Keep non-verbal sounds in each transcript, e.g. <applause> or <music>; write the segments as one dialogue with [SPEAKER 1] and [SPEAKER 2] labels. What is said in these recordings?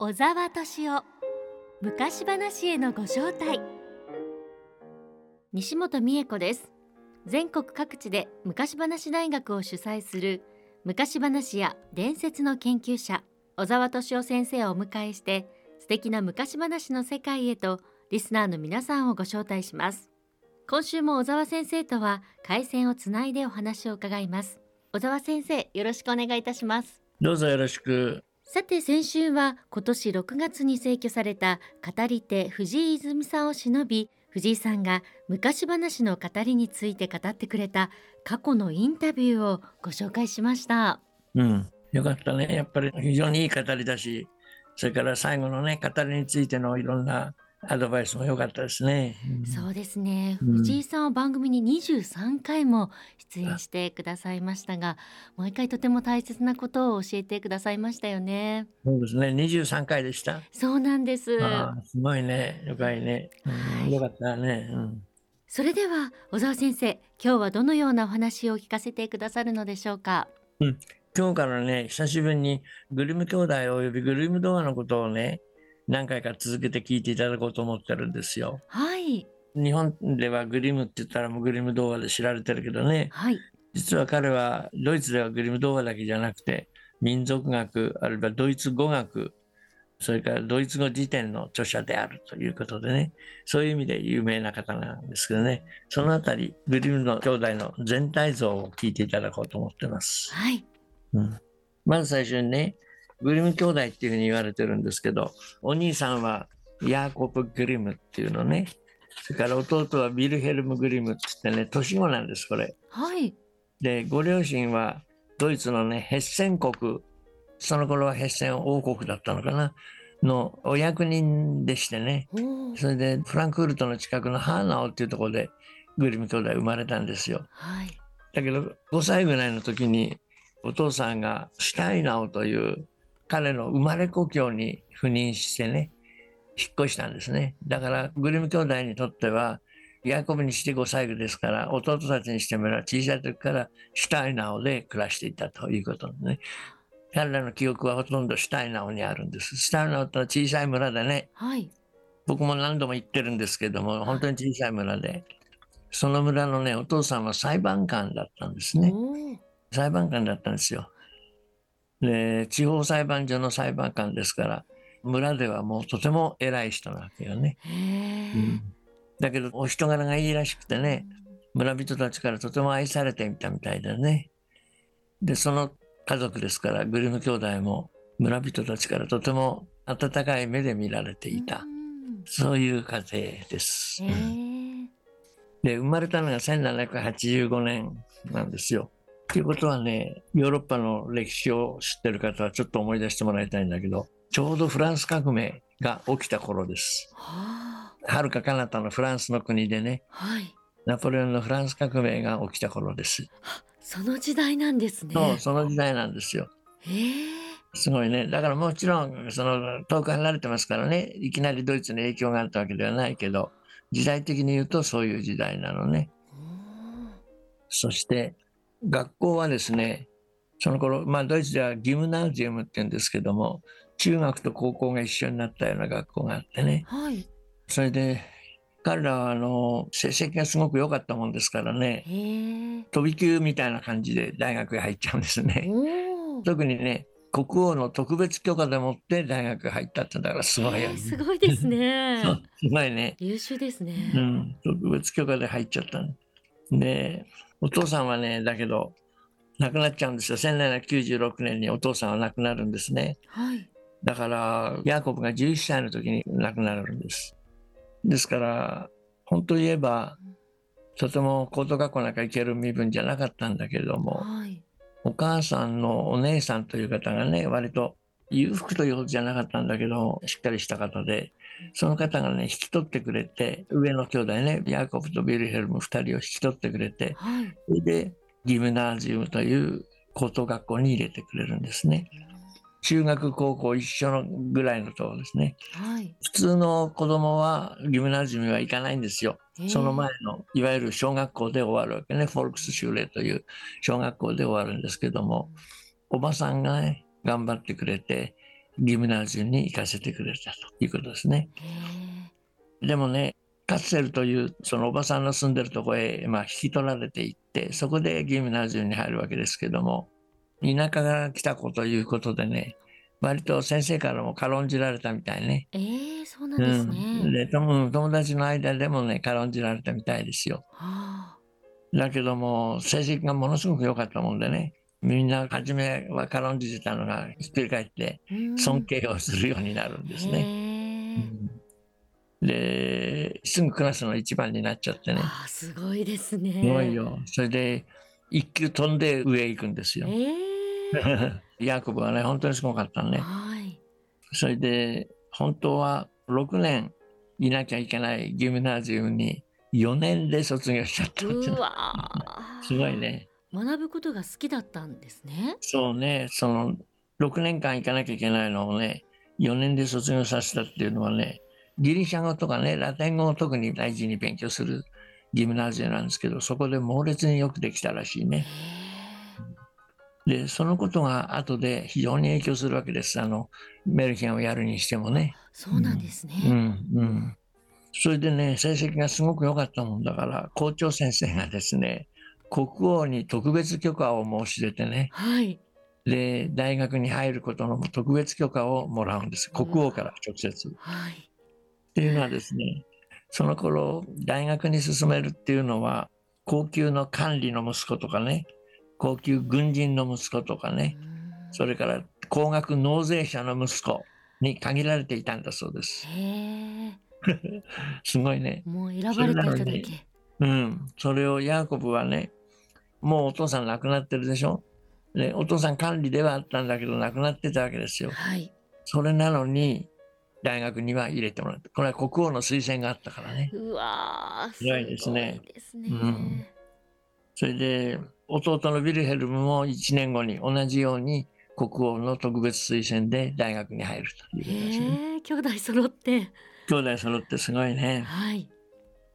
[SPEAKER 1] 小沢敏夫昔話へのご招待西本美恵子です全国各地で昔話大学を主催する昔話や伝説の研究者小沢敏夫先生をお迎えして素敵な昔話の世界へとリスナーの皆さんをご招待します今週も小沢先生とは回線をつないでお話を伺います小沢先生よろしくお願いいたします
[SPEAKER 2] どうぞよろしく。
[SPEAKER 1] さて先週は今年6月に逝去された語り手藤井泉さんを偲び藤井さんが昔話の語りについて語ってくれた過去のインタビューをご紹介しました
[SPEAKER 2] うん。よかったね。やっぱり非常にいい語りだし、それから最後のね、語りについてのいろんなアドバイスも良かったですね。うん
[SPEAKER 1] そうですね、
[SPEAKER 2] うん
[SPEAKER 1] 藤井さんは番組に23回も出演してくださいましたが毎回とても大切なことを教えてくださいましたよね
[SPEAKER 2] そうですね。23回でした。
[SPEAKER 1] そうなんです
[SPEAKER 2] ああ、すごいね。よかいね。うん、よかったね。うん。
[SPEAKER 1] それでは小沢先生今日はどのようなお話を聞かせてくださるのでしょうか
[SPEAKER 2] 今日からね、久しぶりにグルム兄弟およびグルム動画のことをね、何回か続けて聞いていただこうと思ってるんですよ。
[SPEAKER 1] はい
[SPEAKER 2] 日本ではグリムって言ったらもうグリム童話で知られてるけどね、
[SPEAKER 1] はい
[SPEAKER 2] 実は彼はドイツではグリム童話だけじゃなくて民族学あるいはドイツ語学それからドイツ語辞典の著者であるということでねそういう意味で有名な方なんですけどねそのあたりグリムの兄弟の全体像を聞いていただこうと思ってます、
[SPEAKER 1] はい
[SPEAKER 2] うん、まず最初にねグリム兄弟っていうふうに言われてるんですけどお兄さんはヤーコブ・グリムっていうのねそれから弟はビルヘルム・グリムって言ってね年子なんですこれ
[SPEAKER 1] はい
[SPEAKER 2] でご両親はドイツのねヘッセン国その頃はヘッセン王国だったのかなのお役人でしてね
[SPEAKER 1] おー
[SPEAKER 2] それでフランクフルトの近くのハーナオっていうところでグリム兄弟生まれたんですよ
[SPEAKER 1] はい
[SPEAKER 2] だけど5歳ぐらいの時にお父さんがシュタイナオという彼の生まれ故郷に赴任してね引っ越したんですねだからグリム兄弟にとってはヤコブにして5歳ですから弟たちにしてみれば小さい時からシュタイナオで暮らしていたということでね彼らの記憶はほとんどシュタイナオにあるんですシュタイナオってのは小さい村でね
[SPEAKER 1] はい
[SPEAKER 2] 僕も何度も行ってるんですけども本当に小さい村でその村のねお父さんは裁判官だったんですね
[SPEAKER 1] おー
[SPEAKER 2] 裁判官だったんですよ。で地方裁判所の裁判官ですから村ではもうとても偉い人なわけよね。
[SPEAKER 1] へえ、
[SPEAKER 2] だけどお人柄がいいらしくてね村人たちからとても愛されていたみたいでね。でその家族ですからグリム兄弟も村人たちからとても温かい目で見られていた、
[SPEAKER 1] うん
[SPEAKER 2] そういう家庭です。
[SPEAKER 1] へえ
[SPEAKER 2] で生まれたのが1785年なんですよ。ということはねヨーロッパの歴史を知ってる方はちょっと思い出してもらいたいんだけどちょうどフランス革命が起きた頃です。
[SPEAKER 1] はあ
[SPEAKER 2] はるか彼方のフランスの国でね
[SPEAKER 1] はい
[SPEAKER 2] ナポレオンのフランス革命が起きた頃です。
[SPEAKER 1] その時代なんですね
[SPEAKER 2] そうその時代なんですよ。
[SPEAKER 1] へえ
[SPEAKER 2] すごいね。だからもちろんその遠く離れてますからねいきなりドイツに影響があったわけではないけど時代的に言うとそういう時代なのね。
[SPEAKER 1] おー
[SPEAKER 2] そして学校はですねその頃まあドイツではギムナウジウムって言うんですけども中学と高校が一緒になったような学校があってね
[SPEAKER 1] はい
[SPEAKER 2] それで彼らはあの成績がすごく良かったもんですからね
[SPEAKER 1] へえ
[SPEAKER 2] 飛び級みたいな感じで大学へ入っちゃうんですね。
[SPEAKER 1] おー
[SPEAKER 2] 特にね国王の特別許可でもって大学へ入ったってだからすごい
[SPEAKER 1] へ
[SPEAKER 2] よね。
[SPEAKER 1] えすごいですね
[SPEAKER 2] そう <laughs> すごいね。
[SPEAKER 1] 優秀ですね、
[SPEAKER 2] うん、特別許可で入っちゃったのでお父さんはねだけど亡くなっちゃうんですよ1796年にお父さんは亡くなるんですね
[SPEAKER 1] はい
[SPEAKER 2] だからヤーコブが11歳の時に亡くなるんですですから本当言えばとても高等学校なんか行ける身分じゃなかったんだけれども
[SPEAKER 1] はい
[SPEAKER 2] お母さんのお姉さんという方がね割と裕福というほどじゃなかったんだけどしっかりした方でその方がね引き取ってくれて上の兄弟ねヤーコブとビルヘルム2人を引き取ってくれて
[SPEAKER 1] はい
[SPEAKER 2] それでギムナージウムという高等学校に入れてくれるんですね中学高校一緒のぐらいのところですね
[SPEAKER 1] はい
[SPEAKER 2] 普通の子供はギムナージウムは行かないんですよ
[SPEAKER 1] へえ
[SPEAKER 2] その前のいわゆる小学校で終わるわけねフォルクス修例という小学校で終わるんですけどもおばさんがね頑張ってくれてギムナジウムに行かせてくれたということですね。
[SPEAKER 1] へえ
[SPEAKER 2] でもねカツセルというそのおばさんの住んでるとこへ、まあ、引き取られていってそこでギムナジウムに入るわけですけども田舎から来た子ということでね割と先生からも軽んじられたみたいね。
[SPEAKER 1] ええそうなんですね。
[SPEAKER 2] うん、で友友達の間でもね軽んじられたみたいですよ
[SPEAKER 1] はあ
[SPEAKER 2] だけども成績がものすごく良かったもんでねみんな初めは軽んじてたのがひっくり返って
[SPEAKER 1] うん
[SPEAKER 2] 尊敬をするようになるんですね、
[SPEAKER 1] へえ
[SPEAKER 2] うんですぐクラスの一番になっちゃってね
[SPEAKER 1] ああすごいですね。
[SPEAKER 2] すごいよそれで一級飛んで上へ行くんですよ
[SPEAKER 1] ええ
[SPEAKER 2] ヤコブはね本当にすごかった <laughs> ね <laughs>
[SPEAKER 1] はい。
[SPEAKER 2] それで本当は6年いなきゃいけないギムナジウムに4年で卒業しちゃったんです
[SPEAKER 1] う
[SPEAKER 2] よ
[SPEAKER 1] わー。
[SPEAKER 2] すごいね。
[SPEAKER 1] 学ぶことが好きだったんですね。
[SPEAKER 2] そうねその6年間行かなきゃいけないのをね4年で卒業させたっていうのはねギリシャ語とかねラテン語を特に大事に勉強するギムナジウムなんですけどそこで猛烈によくできたらしい
[SPEAKER 1] へ
[SPEAKER 2] ね。でそのことが後で非常に影響するわけですあのメルヒアンをやるにしてもね。
[SPEAKER 1] そうなんですね。
[SPEAKER 2] うんうん、それでね成績がすごく良かったもんだから校長先生がですね国王に特別許可を申し出てね
[SPEAKER 1] はい。
[SPEAKER 2] で大学に入ることの特別許可をもらうんです国王から直接。っ
[SPEAKER 1] はい。
[SPEAKER 2] ていうのはですねその頃大学に進めるっていうのは高級の管理の息子とかね高級軍人の息子とかね
[SPEAKER 1] うん
[SPEAKER 2] それから高額納税者の息子に限られていたんだそうです。
[SPEAKER 1] へえ。
[SPEAKER 2] すごいね。
[SPEAKER 1] もう選ばれた人だ
[SPEAKER 2] それなの
[SPEAKER 1] け。
[SPEAKER 2] うん、それをヤーコブはね、もうお父さん亡くなってるでしょ。ね、お父さん管理ではあったんだけど亡くなってたわけですよ。
[SPEAKER 1] はい。
[SPEAKER 2] それなのに大学には入れてもらった。これは国王の推薦があったからね。
[SPEAKER 1] うわー。す
[SPEAKER 2] 偉いですね
[SPEAKER 1] ごいですね
[SPEAKER 2] うんそれで弟のビルヘルムも1年後に同じように国王の特別推薦で大学に入るということですね。
[SPEAKER 1] へえ、兄弟揃って。
[SPEAKER 2] 兄弟揃ってすごいね。
[SPEAKER 1] はい。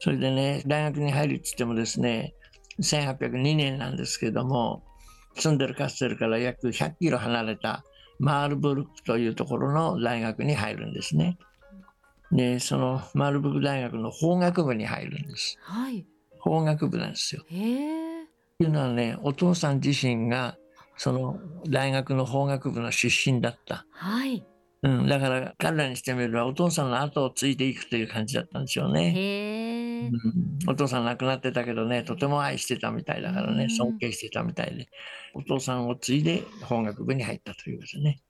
[SPEAKER 2] それでね大学に入るっつってもですね1802年なんですけども住んでるカッセルから約100キロ離れたマールブルクというところの大学に入るんですね。でそのマールブルク大学の法学部に入るんです。
[SPEAKER 1] はい。
[SPEAKER 2] 法学部なんですよ。
[SPEAKER 1] へえ。
[SPEAKER 2] というのはねお父さん自身がその大学の法学部の出身だった。
[SPEAKER 1] はい。
[SPEAKER 2] うん、だから彼らにしてみればお父さんの後を継いでいくという感じだったんでしょうね。
[SPEAKER 1] へえ。
[SPEAKER 2] うんお父さん亡くなってたけどねとても愛してたみたいだから
[SPEAKER 1] う
[SPEAKER 2] ね
[SPEAKER 1] ん
[SPEAKER 2] 尊敬してたみたいでお父さんを継いで法学部に入ったということですね。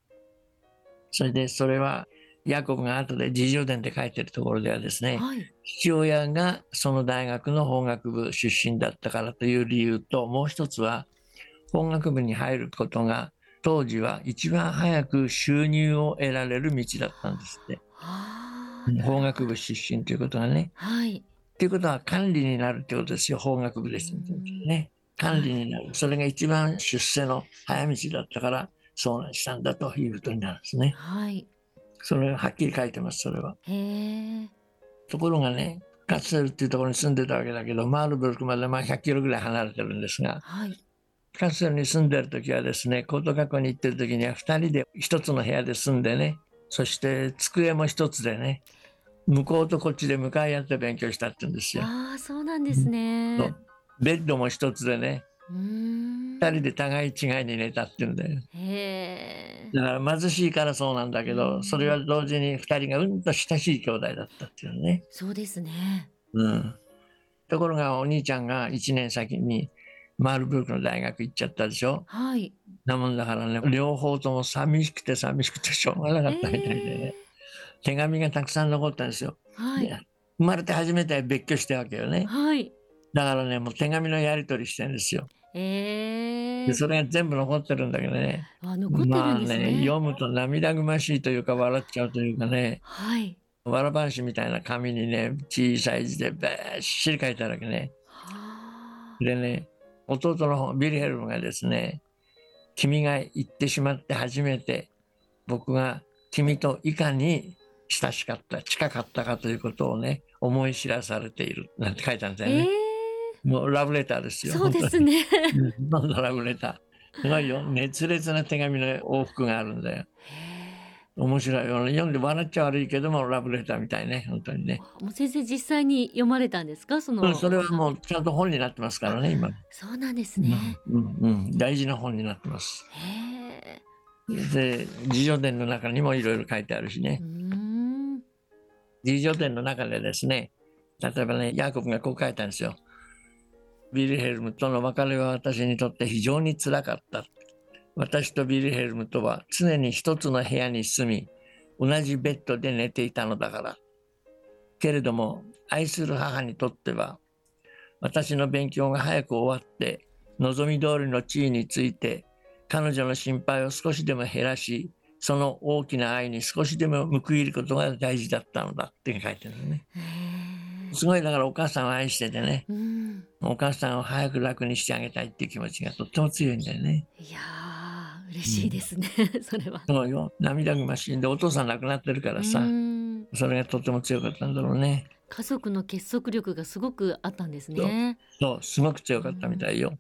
[SPEAKER 2] それでそれはヤコブが後で自叙伝で書いてるところではですね
[SPEAKER 1] はい。
[SPEAKER 2] 父親がその大学の法学部出身だったからという理由ともう一つは法学部に入ることが当時は一番早く収入を得られる道だったんですって
[SPEAKER 1] あー
[SPEAKER 2] 法学部出身ということがね。
[SPEAKER 1] はい。
[SPEAKER 2] っていうことは管理になるってことですよ法学部ですね管理になるそれが一番出世の早道だったからそうしたんだということになるんですね
[SPEAKER 1] はい。
[SPEAKER 2] それがはっきり書いてますそれは
[SPEAKER 1] へえ。
[SPEAKER 2] ところがねカッツェルっていうところに住んでたわけだけどマールブルクまでまあ100キロぐらい離れてるんですが
[SPEAKER 1] はい。
[SPEAKER 2] カッツェルに住んでる時はですね高等学校に行ってる時には2人で1つの部屋で住んでねそして机も1つでね向こうとこっちで向かい合って勉強したって言うんですよ。
[SPEAKER 1] ああ、そうなんですね。
[SPEAKER 2] そうベッドも一つでね
[SPEAKER 1] うーん。
[SPEAKER 2] 二人で互い違いに寝たっていうんだよ
[SPEAKER 1] へえ。
[SPEAKER 2] だから貧しいからそうなんだけ
[SPEAKER 1] う
[SPEAKER 2] ど
[SPEAKER 1] ん
[SPEAKER 2] それは同時に二人がうんと親しい兄弟だったっていうのね、
[SPEAKER 1] そうですね。
[SPEAKER 2] うん、ところがお兄ちゃんが1年先にマールブルクの大学行っちゃったでしょ
[SPEAKER 1] はい。
[SPEAKER 2] なもんだからね両方とも寂しくて寂しくてしょうがなかったみたいでね、手紙がたくさん残ったんですよ、
[SPEAKER 1] は
[SPEAKER 2] で
[SPEAKER 1] い。
[SPEAKER 2] 生まれて初めて別居したわけよね
[SPEAKER 1] はい。
[SPEAKER 2] だからねもう手紙のやり取りしてるんですよ
[SPEAKER 1] ええ
[SPEAKER 2] で。それが全部残ってるんだけどね
[SPEAKER 1] あ、残ってるんです
[SPEAKER 2] まあね
[SPEAKER 1] ね。
[SPEAKER 2] 読むと涙ぐましいというか笑っちゃうというかね
[SPEAKER 1] はい。
[SPEAKER 2] わらばんしみたいな紙にね小さい字でべっしり書いてあるわけね
[SPEAKER 1] はあ。
[SPEAKER 2] でね弟の方ビリヘルムがですね「君が行ってしまって初めて僕が君といかに親しかった近かったかということをね思い知らされている」なんて書いたんだよ
[SPEAKER 1] え
[SPEAKER 2] ね、
[SPEAKER 1] え。
[SPEAKER 2] もうラブレターですよ
[SPEAKER 1] そうです
[SPEAKER 2] ね
[SPEAKER 1] ね。
[SPEAKER 2] <laughs> なんだラブレターすごいよ熱烈な手紙の往復があるんだよ
[SPEAKER 1] へえ。
[SPEAKER 2] 面白いよね読んで笑っちゃ悪いけどもラブレターみたいね本当にね、
[SPEAKER 1] もう先生実際に読まれたんですかその、
[SPEAKER 2] うん、それはもうちゃんと本になってますからね今、
[SPEAKER 1] そうなんですね、
[SPEAKER 2] うんうん、大事な本になってます
[SPEAKER 1] へえ
[SPEAKER 2] で自叙伝の中にもいろいろ書いてあるしね
[SPEAKER 1] うーん
[SPEAKER 2] 自叙伝の中でですね例えばねヤーコブがこう書いたんですよビリヘルムとの別れは私にとって非常につらかった私とビリヘルムとは常に一つの部屋に住み同じベッドで寝ていたのだからけれども愛する母にとっては私の勉強が早く終わって望み通りの地位について彼女の心配を少しでも減らしその大きな愛に少しでも報いることが大事だったのだって書いてるのね。
[SPEAKER 1] へえ
[SPEAKER 2] すごいだからお母さんを愛しててね
[SPEAKER 1] うん
[SPEAKER 2] お母さんを早く楽にしてあげたいっていう気持ちがとっても強いんだよね。
[SPEAKER 1] いやー嬉しいですね、それは
[SPEAKER 2] そうよ涙ぐましいんでお父さん亡くなってるからさ、
[SPEAKER 1] うーん
[SPEAKER 2] それがとっても強かったんだろうね。
[SPEAKER 1] 家族の結束力がすごくあったんですね
[SPEAKER 2] そうすごく強かったみたいよ。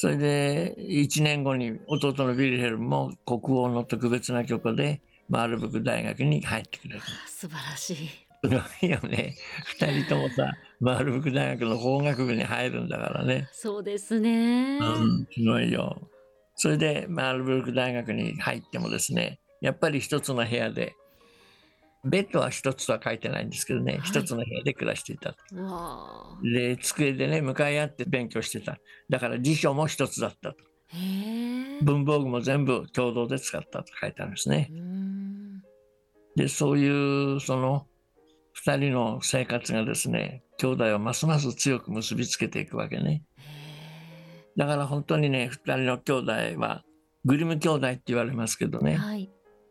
[SPEAKER 2] それで1年後に弟のビルヘルムも国王の特別な許可でマールブク大学に入ってくれる。
[SPEAKER 1] 素晴らしい
[SPEAKER 2] すご <laughs> いよね。二人ともさ、マールブク大学の法学部に入るんだからね。
[SPEAKER 1] そうですね、
[SPEAKER 2] うん、すごいよ。それで、マールブク大学に入ってもですね、やっぱり一つの部屋で、ベッドは一つとは書いてないんですけどね、
[SPEAKER 1] はい
[SPEAKER 2] 一つの部屋で暮らしていた。
[SPEAKER 1] うわあ
[SPEAKER 2] で、机でね、向かい合って勉強してた。だから辞書も一つだったと。
[SPEAKER 1] へえ
[SPEAKER 2] 文房具も全部共同で使ったと書いてあるんですね。
[SPEAKER 1] うーん
[SPEAKER 2] でそういうその2人の生活がですね兄弟をますます強く結びつけていくわけね
[SPEAKER 1] へ
[SPEAKER 2] だから本当にね2人の兄弟はグリム兄弟って言われますけど
[SPEAKER 1] え
[SPEAKER 2] ね
[SPEAKER 1] はい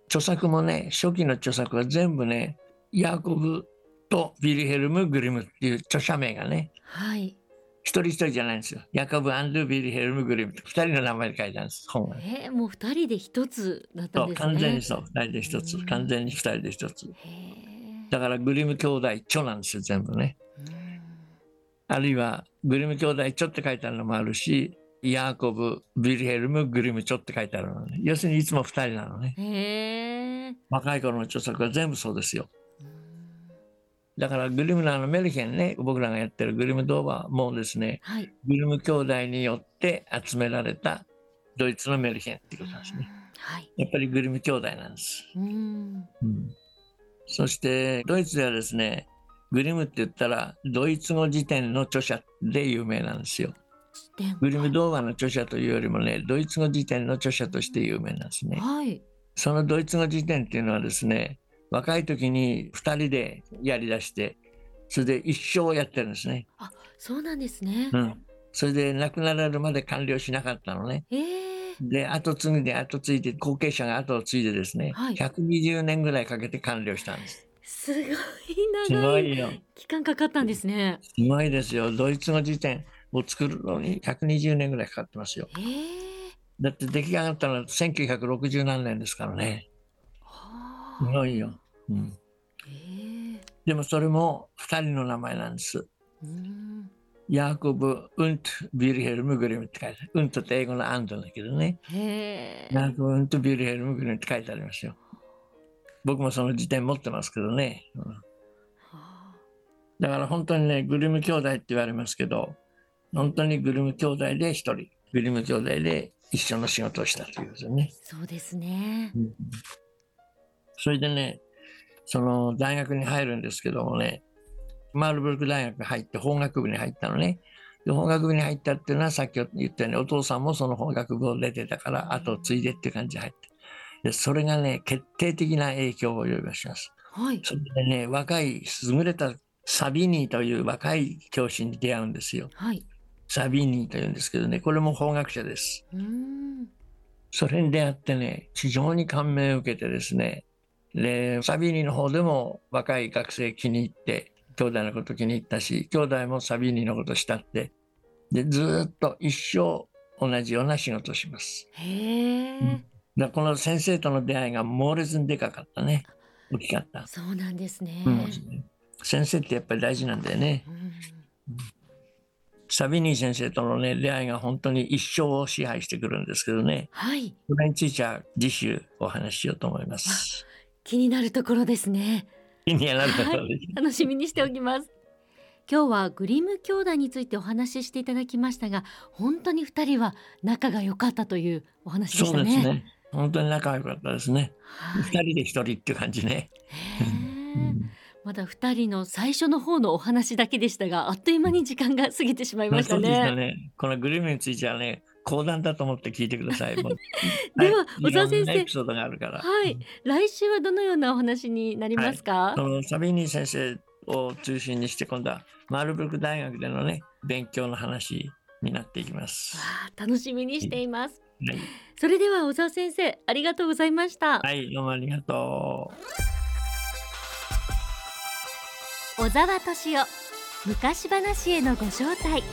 [SPEAKER 2] 著作もね初期の著作は全部ねヤーコブとビリヘルム・グリムっていう著者名がね
[SPEAKER 1] はい
[SPEAKER 2] 一人一人じゃないんですよヤコブ・アンドゥ・ビリヘルム・グリムって2人の名前で書いてあるんです本が。
[SPEAKER 1] えー、もう二人で一つだった
[SPEAKER 2] そ
[SPEAKER 1] ん
[SPEAKER 2] う
[SPEAKER 1] ですね
[SPEAKER 2] 完全にそう2人で1つ
[SPEAKER 1] うん
[SPEAKER 2] 完全に2人で1つ
[SPEAKER 1] へえ
[SPEAKER 2] だからグリム兄弟著なんですよ全部ね。
[SPEAKER 1] うん
[SPEAKER 2] あるいはグリム兄弟ちょって書いてあるのもあるし、ヤーコブ、ビルヘルム、グリムちょって書いてあるのね。要するにいつも2人なのね。
[SPEAKER 1] へえ
[SPEAKER 2] 若い頃の著作は全部そうですよ。
[SPEAKER 1] うん
[SPEAKER 2] だからグリムのあのメルヘンね、僕らがやってるグリム童話もですね、
[SPEAKER 1] はい
[SPEAKER 2] グリム兄弟によって集められたドイツのメルヘンっていうことなんですね。
[SPEAKER 1] はい
[SPEAKER 2] やっぱりグリム兄弟なんです。
[SPEAKER 1] うん
[SPEAKER 2] うんそしてドイツではですね、グリムって言ったらドイツ語辞典の著者で有名なんですよ。
[SPEAKER 1] 視点
[SPEAKER 2] グリム童話の著者というよりもねドイツ語辞典の著者として有名なんですね。
[SPEAKER 1] はい
[SPEAKER 2] そのドイツ語辞典っていうのはですね若い時に2人でやりだしてそれで一生やってるんですね。
[SPEAKER 1] そうなんですね、
[SPEAKER 2] うん、それで亡くなられるまで完了しなかったのね。
[SPEAKER 1] ええ
[SPEAKER 2] で後継いで後継いで後継者が後を継いでですね、
[SPEAKER 1] はい
[SPEAKER 2] 120年ぐらいかけて完了したんです。
[SPEAKER 1] すごい
[SPEAKER 2] す
[SPEAKER 1] 長
[SPEAKER 2] ご
[SPEAKER 1] い
[SPEAKER 2] いよ。
[SPEAKER 1] 期間かかったんですね。
[SPEAKER 2] すごいですよ。ドイツ語辞典を作るのに120年ぐらいかかってますよ。
[SPEAKER 1] ええ
[SPEAKER 2] だって出来上がったのは1960何年ですからね。
[SPEAKER 1] は
[SPEAKER 2] すごいよ。うん、
[SPEAKER 1] ええ
[SPEAKER 2] でもそれも2人の名前なんです。
[SPEAKER 1] うん
[SPEAKER 2] ヤーコブ・ウント・ビルヘルム・グリムって書いてある。ウントって英語のアンドだけどね。
[SPEAKER 1] へえ
[SPEAKER 2] ヤーコブ・ウント・ビルヘルム・グリムって書いてありますよ。僕もその辞典持ってますけどね。うん
[SPEAKER 1] はあ
[SPEAKER 2] だから本当にね、グリム兄弟って言われますけど、本当にグリム兄弟で1人、グリム兄弟で一緒の仕事をしたということですね。
[SPEAKER 1] そうですね。
[SPEAKER 2] それでね、その大学に入るんですけどもね、マールブルク大学入って法学部に入ったのね。で法学部に入ったっていうのはさっき言ったようにお父さんもその法学部を出てたから後を継いでっていう感じで入って。でそれがね、決定的な影響を及ぼします。
[SPEAKER 1] はい。
[SPEAKER 2] それでね、若い、優れたサビニーという若い教師に出会うんですよ。
[SPEAKER 1] はい。
[SPEAKER 2] サビニーというんですけどね、これも法学者です。
[SPEAKER 1] うん。
[SPEAKER 2] それに出会ってね、非常に感銘を受けてですね、で、サビーニの方でも若い学生気に入って、兄弟のこと気に入ったし、兄弟もサビーニのこと慕って、で、ずーっと一生同じような仕事をします。
[SPEAKER 1] へえ、
[SPEAKER 2] うんだからこの先生との出会いが猛烈にでかかったね。大きかった。
[SPEAKER 1] そうなんですね。
[SPEAKER 2] うん、先生ってやっぱり大事なんだよね。
[SPEAKER 1] うん
[SPEAKER 2] サビニー先生とのね出会いが本当に一生を支配してくるんですけどね
[SPEAKER 1] はい
[SPEAKER 2] それについては次週お話ししようと思います。
[SPEAKER 1] 気になるところですね
[SPEAKER 2] 気にはなるとこ
[SPEAKER 1] <laughs>
[SPEAKER 2] ろです
[SPEAKER 1] 楽しみにしておきます今日はグリム兄弟についてお話ししていただきましたが本当に二人は仲が良かったというお話でし
[SPEAKER 2] そう
[SPEAKER 1] た
[SPEAKER 2] です
[SPEAKER 1] ね
[SPEAKER 2] ね。本当に仲良かったですね。
[SPEAKER 1] は
[SPEAKER 2] 二
[SPEAKER 1] い、へ
[SPEAKER 2] 人で一人っていう感じね。
[SPEAKER 1] えまだ二人の最初の方のお話だけでしたがあっという間に時間が過ぎてしまいました
[SPEAKER 2] そうでした
[SPEAKER 1] ね
[SPEAKER 2] ね。このグリムについてはね、講談だと思って聞いてくだ
[SPEAKER 1] <laughs>
[SPEAKER 2] さい。もう
[SPEAKER 1] では
[SPEAKER 2] はい
[SPEAKER 1] 小沢先生
[SPEAKER 2] いろんなエピソードがあるから。
[SPEAKER 1] はい来週はどのようなお話になりますか、
[SPEAKER 2] そのサビニー先生を中心にして今度はマルブルク大学でのね勉強の話になっていきます。
[SPEAKER 1] わあ楽しみにしています
[SPEAKER 2] はい、
[SPEAKER 1] それでは小沢先生ありがとうございました、
[SPEAKER 2] はい、どうもありがとう。
[SPEAKER 1] 小沢敏夫昔話へのご招待